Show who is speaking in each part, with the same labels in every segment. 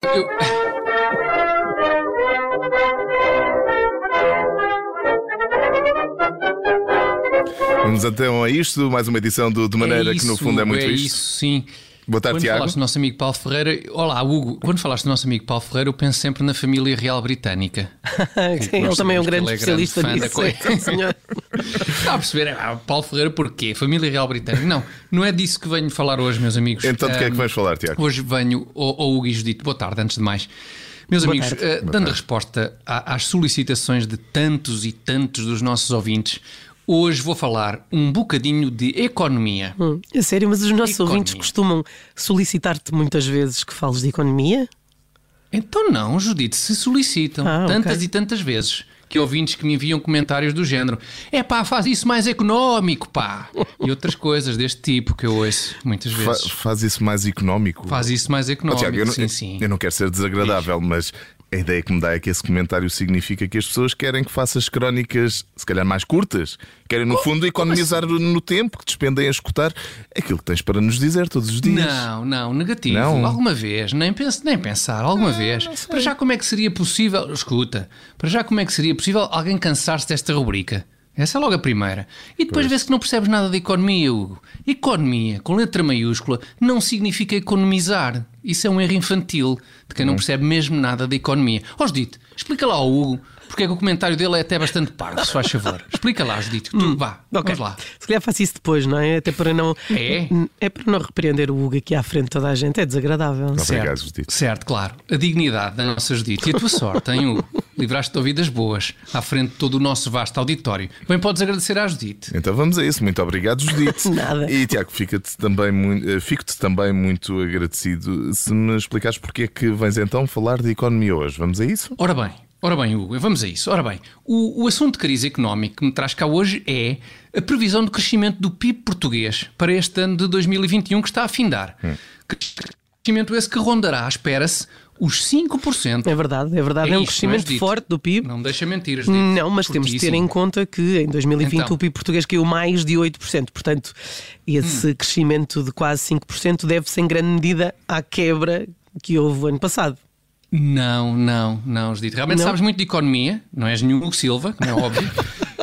Speaker 1: Eu...
Speaker 2: Vamos então a isto, mais uma edição do De Maneira
Speaker 1: é isso,
Speaker 2: que no fundo é muito
Speaker 1: é
Speaker 2: isto.
Speaker 1: isso, sim.
Speaker 2: Boa tarde,
Speaker 1: quando
Speaker 2: Tiago.
Speaker 1: falaste do nosso amigo Paulo Ferreira, olá Hugo, quando falaste do nosso amigo Paulo Ferreira, eu penso sempre na família real britânica.
Speaker 3: ele
Speaker 1: nós
Speaker 3: também é um
Speaker 1: sabemos que
Speaker 3: grande
Speaker 1: ele é grande
Speaker 3: especialista
Speaker 1: fã da
Speaker 3: nisso.
Speaker 1: coisa.
Speaker 3: sim, senhor.
Speaker 1: Está a perceber? Ah, Paulo Ferreira, porquê? Família real britânica. Não, não é disso que venho falar hoje, meus amigos.
Speaker 2: Então, de que é que
Speaker 1: Ahm,
Speaker 2: vais falar, Tiago?
Speaker 1: Hoje venho ao, ao Hugo e Judito. Boa tarde, antes de mais. Meus amigos, eh, dando resposta a- às solicitações de tantos e tantos dos nossos ouvintes, hoje vou falar um bocadinho de economia.
Speaker 3: Hum, é sério, mas os nossos
Speaker 1: Economia.
Speaker 3: ouvintes costumam solicitar-te muitas vezes que fales de economia?
Speaker 1: Então não, Judite, se solicitam
Speaker 3: Ah, ok.
Speaker 1: tantas e tantas vezes que ouvintes que me enviam comentários do género é pá, faz isso mais económico, pá! E outras coisas deste tipo que eu ouço muitas
Speaker 2: Fa-
Speaker 1: vezes.
Speaker 2: faz isso mais económico.
Speaker 1: Faz isso mais
Speaker 2: Ó,
Speaker 1: económico,
Speaker 2: Tiago, eu, não-
Speaker 1: sim, sim.
Speaker 2: eu não quero ser desagradável, mas a ideia que me dá é que esse comentário significa que as pessoas querem que faças crónicas, se calhar mais curtas. Querem, no fundo, economizar
Speaker 1: assim?
Speaker 2: no tempo que despendem a escutar aquilo que tens para nos dizer todos os dias.
Speaker 1: Não, não, negativo.
Speaker 2: Não? Ah,
Speaker 1: Alguma vez, nem, penso, nem pensar, alguma vez. Para já, como é que seria possível. Escuta, para já, como é que seria possível alguém cansar-se desta rubrica? Essa é logo a primeira. E depois vê-se que não percebes nada de economia, Hugo. Economia, com letra maiúscula, não significa economizar. Isso é um erro infantil de
Speaker 2: Hum.
Speaker 1: quem não percebe mesmo nada de economia. Ó, Judito, explica lá ao Hugo porque é que o comentário dele é até bastante parvo, se faz favor. Explica lá, Judito.
Speaker 2: Hum.
Speaker 1: Tu, vá,
Speaker 3: Ok.
Speaker 1: vamos lá.
Speaker 3: Se calhar faço isso depois, não é? Até para não.
Speaker 1: É?
Speaker 3: É para não repreender o Hugo aqui à frente de toda a gente. É desagradável.
Speaker 2: Não. Obrigado,
Speaker 1: certo,
Speaker 2: Judite.
Speaker 1: Certo, claro. A dignidade da nossa Judite e a tua sorte, hein, Hugo? Livraste-te de ouvidas boas à frente de todo o nosso vasto auditório. Bem, podes agradecer à Judite.
Speaker 2: Então vamos a isso. Muito obrigado, Judite.
Speaker 3: Nada.
Speaker 2: E Tiago, fica-te também muito, eh, fico-te também muito agradecido se me explicares porque é que vens então falar de economia hoje. Vamos a isso?
Speaker 1: Ora bem, ora bem, Hugo, vamos a isso. Ora bem, o, o assunto de crise económica que me traz cá hoje é a previsão de crescimento do PIB português para este ano de 2021 que está a findar. Crescimento esse que rondará, espera-se, os 5%.
Speaker 3: É verdade, é verdade. É,
Speaker 1: É
Speaker 3: um
Speaker 1: isto,
Speaker 3: crescimento
Speaker 1: não é, Judite?
Speaker 3: forte do PIB.
Speaker 1: Não me deixa mentir, Judite.
Speaker 3: Não, mas temos de ter
Speaker 1: Fortíssimo.
Speaker 3: em conta que em 2020
Speaker 1: Então.
Speaker 3: o PIB português caiu mais de 8%. Portanto, esse
Speaker 1: Hum.
Speaker 3: crescimento de quase 5% deve-se em grande medida à quebra que houve o ano passado.
Speaker 1: Não, não, não, Judito. Realmente
Speaker 3: Não?
Speaker 1: sabes muito de economia, não és nenhum Hugo Silva, como é óbvio,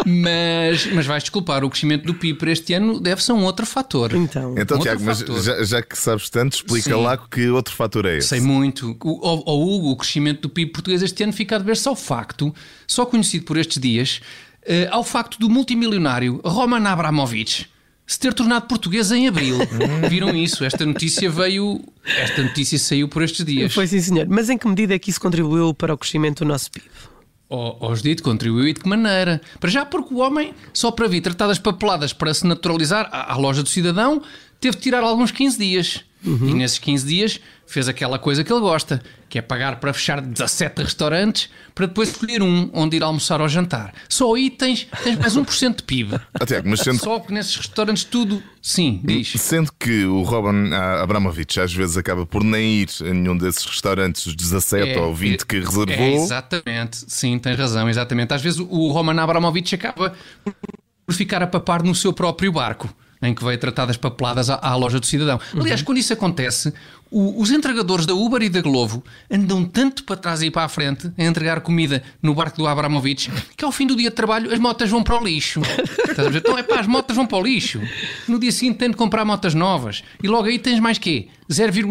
Speaker 1: mas, mas vais desculpar, o crescimento do PIB para este ano deve-se a um outro fator.
Speaker 3: Então,
Speaker 1: Um outro
Speaker 2: Então, Tiago, mas
Speaker 1: fator.
Speaker 2: já, já que sabes tanto, explica
Speaker 1: Sim.
Speaker 2: lá que outro fator é esse.
Speaker 1: Sei muito. O, ao, ao Hugo, o crescimento do PIB português este ano fica a dever-se ao facto, só conhecido por estes dias, eh, ao facto do multimilionário Roman Abramovich se ter tornado português em abril. Viram isso? Esta notícia veio. Esta notícia saiu por estes dias.
Speaker 3: foi sim, senhor. Mas em que medida é que isso contribuiu para o crescimento do nosso PIB?
Speaker 1: Ó- Aos dito, contribuiu e de que maneira? Para já, porque o homem, só para vir tratadas papeladas para se naturalizar à, à loja do cidadão, teve de tirar alguns 15 dias. E nesses 15 dias fez aquela coisa que ele gosta, que é pagar para fechar 17 restaurantes para depois escolher um onde ir almoçar ou jantar. Só aí tens, tens mais 1% de PIB.
Speaker 2: Ó, Ah, Tiago, mas sendo,
Speaker 1: Só que nesses restaurantes tudo. Sim, diz.
Speaker 2: sendo que o Robin ah, Abramovich às vezes acaba por nem ir a nenhum desses restaurantes, os 17
Speaker 1: É,
Speaker 2: ou 20 que
Speaker 1: é,
Speaker 2: reservou,
Speaker 1: é, exatamente, sim, tens razão, exatamente. Às vezes o- o Roman Abramovich acaba por ficar a papar no seu próprio barco, em que veio tratar das papeladas à, à loja do cidadão. Aliás, quando isso acontece, o- os entregadores da Uber e da Glovo andam tanto para trás e para a frente a entregar comida no barco do Abramovich que ao fim do dia de trabalho as motas vão para o lixo. Estás a ver? Então é pá, as motas vão para o lixo. No dia seguinte tem de comprar motas novas e logo aí tens mais quê?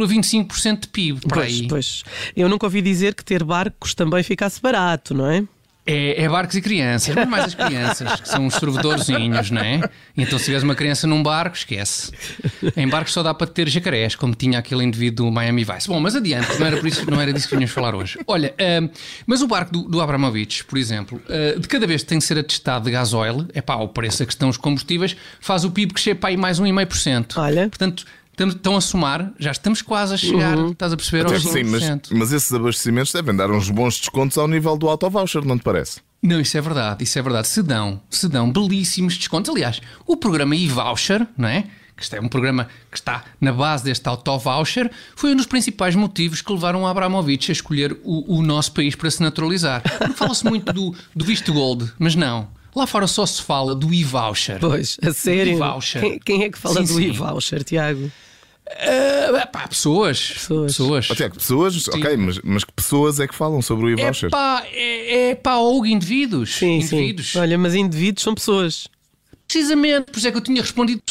Speaker 1: 0,25% de PIB para
Speaker 3: pois,
Speaker 1: aí.
Speaker 3: pois. Eu nunca ouvi dizer que ter barcos também ficasse barato, não é?
Speaker 1: É, é barcos e crianças, mas mais as crianças, que são os sorvedorzinhos, não é? Então, se tiveres uma criança num barco, esquece. Em barcos só dá para ter jacarés, como tinha aquele indivíduo do Miami Vice. Bom, mas adiante, não era, por isso, não era disso que vinhamos falar hoje. Olha, ahm, mas o barco do, do Abramovich, por exemplo, ah, de cada vez que tem que ser atestado de gasóleo, é pá, o preço a que estão os combustíveis, faz o PIB crescer para aí mais 1,5%.
Speaker 3: Olha.
Speaker 1: Portanto, tam- estão a somar, já estamos quase a chegar, estás a perceber,
Speaker 2: Tiago,
Speaker 1: aos
Speaker 2: sim, mas,
Speaker 1: 5%.
Speaker 2: mas esses abastecimentos devem dar uns bons descontos ao nível do auto-voucher, não te parece?
Speaker 1: Não, isso é verdade, isso é verdade. Se dão, se dão belíssimos descontos. Aliás, o programa e-voucher, não é? Que este é um programa que está na base deste auto-voucher, foi um dos principais motivos que levaram a Abramovich a escolher o, o nosso país para se naturalizar. Porque Fala-se muito do, do visto gold, mas não. Lá fora só se fala do e-voucher.
Speaker 3: Pois, a sério.
Speaker 1: E-voucher.
Speaker 3: Quem, quem é que fala
Speaker 1: Sim,
Speaker 3: do
Speaker 1: sim.
Speaker 3: e-voucher, Tiago?
Speaker 1: Ah, pá, pessoas.
Speaker 3: Pessoas.
Speaker 1: Pessoas.
Speaker 2: Até que pessoas, ok, mas, mas que pessoas é que falam sobre o
Speaker 1: É
Speaker 2: e-voucher?
Speaker 1: pá, é, é pá, ou indivíduos.
Speaker 3: Sim,
Speaker 1: indivíduos.
Speaker 3: sim. Olha, mas indivíduos são pessoas.
Speaker 1: Precisamente, por isso é que eu tinha respondido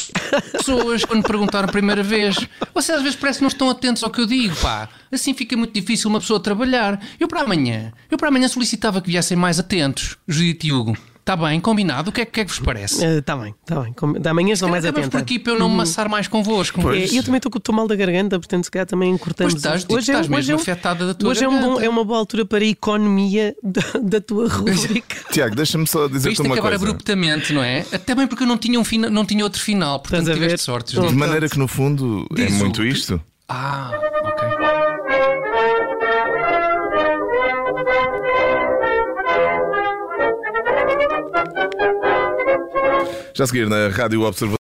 Speaker 1: pessoas quando me perguntaram a primeira vez. Vocês às vezes parece que não estão atentos ao que eu digo, pá. Assim fica muito difícil uma pessoa trabalhar. Eu para amanhã, eu para amanhã solicitava que viessem mais atentos, Judite e Hugo. Está bem, combinado? O que é, o que é que vos parece?
Speaker 3: Está Eh, tá bem, está bem. Com- Da manhã estão mais
Speaker 1: Acabamos
Speaker 3: atenta.
Speaker 1: por aqui para eu não me maçar mais convosco.
Speaker 2: Pois.
Speaker 3: É, eu também estou com o mal da garganta, portanto, se calhar também encurtamos.
Speaker 1: Pois estás,
Speaker 3: isto.
Speaker 1: tu estás mesmo
Speaker 3: um-
Speaker 1: afetada da tua
Speaker 3: Hoje é, um bom-
Speaker 1: garganta.
Speaker 3: é uma boa altura para a economia da, da tua
Speaker 1: é.
Speaker 3: rubrica.
Speaker 2: Tiago, deixa-me só dizer-te
Speaker 1: Isto
Speaker 2: uma
Speaker 1: acabar
Speaker 2: coisa.
Speaker 1: abruptamente, não é? Até bem porque eu não tinha, um fina- não tinha outro final, portanto
Speaker 3: Estás a
Speaker 1: tiveste
Speaker 3: ver?
Speaker 1: sorte,
Speaker 2: De
Speaker 1: Judite.
Speaker 2: maneira que, no fundo, é
Speaker 1: Diz o
Speaker 2: muito
Speaker 1: que-
Speaker 2: isto.
Speaker 1: Ah, ok.
Speaker 2: Já a seguir na Rádio Observador.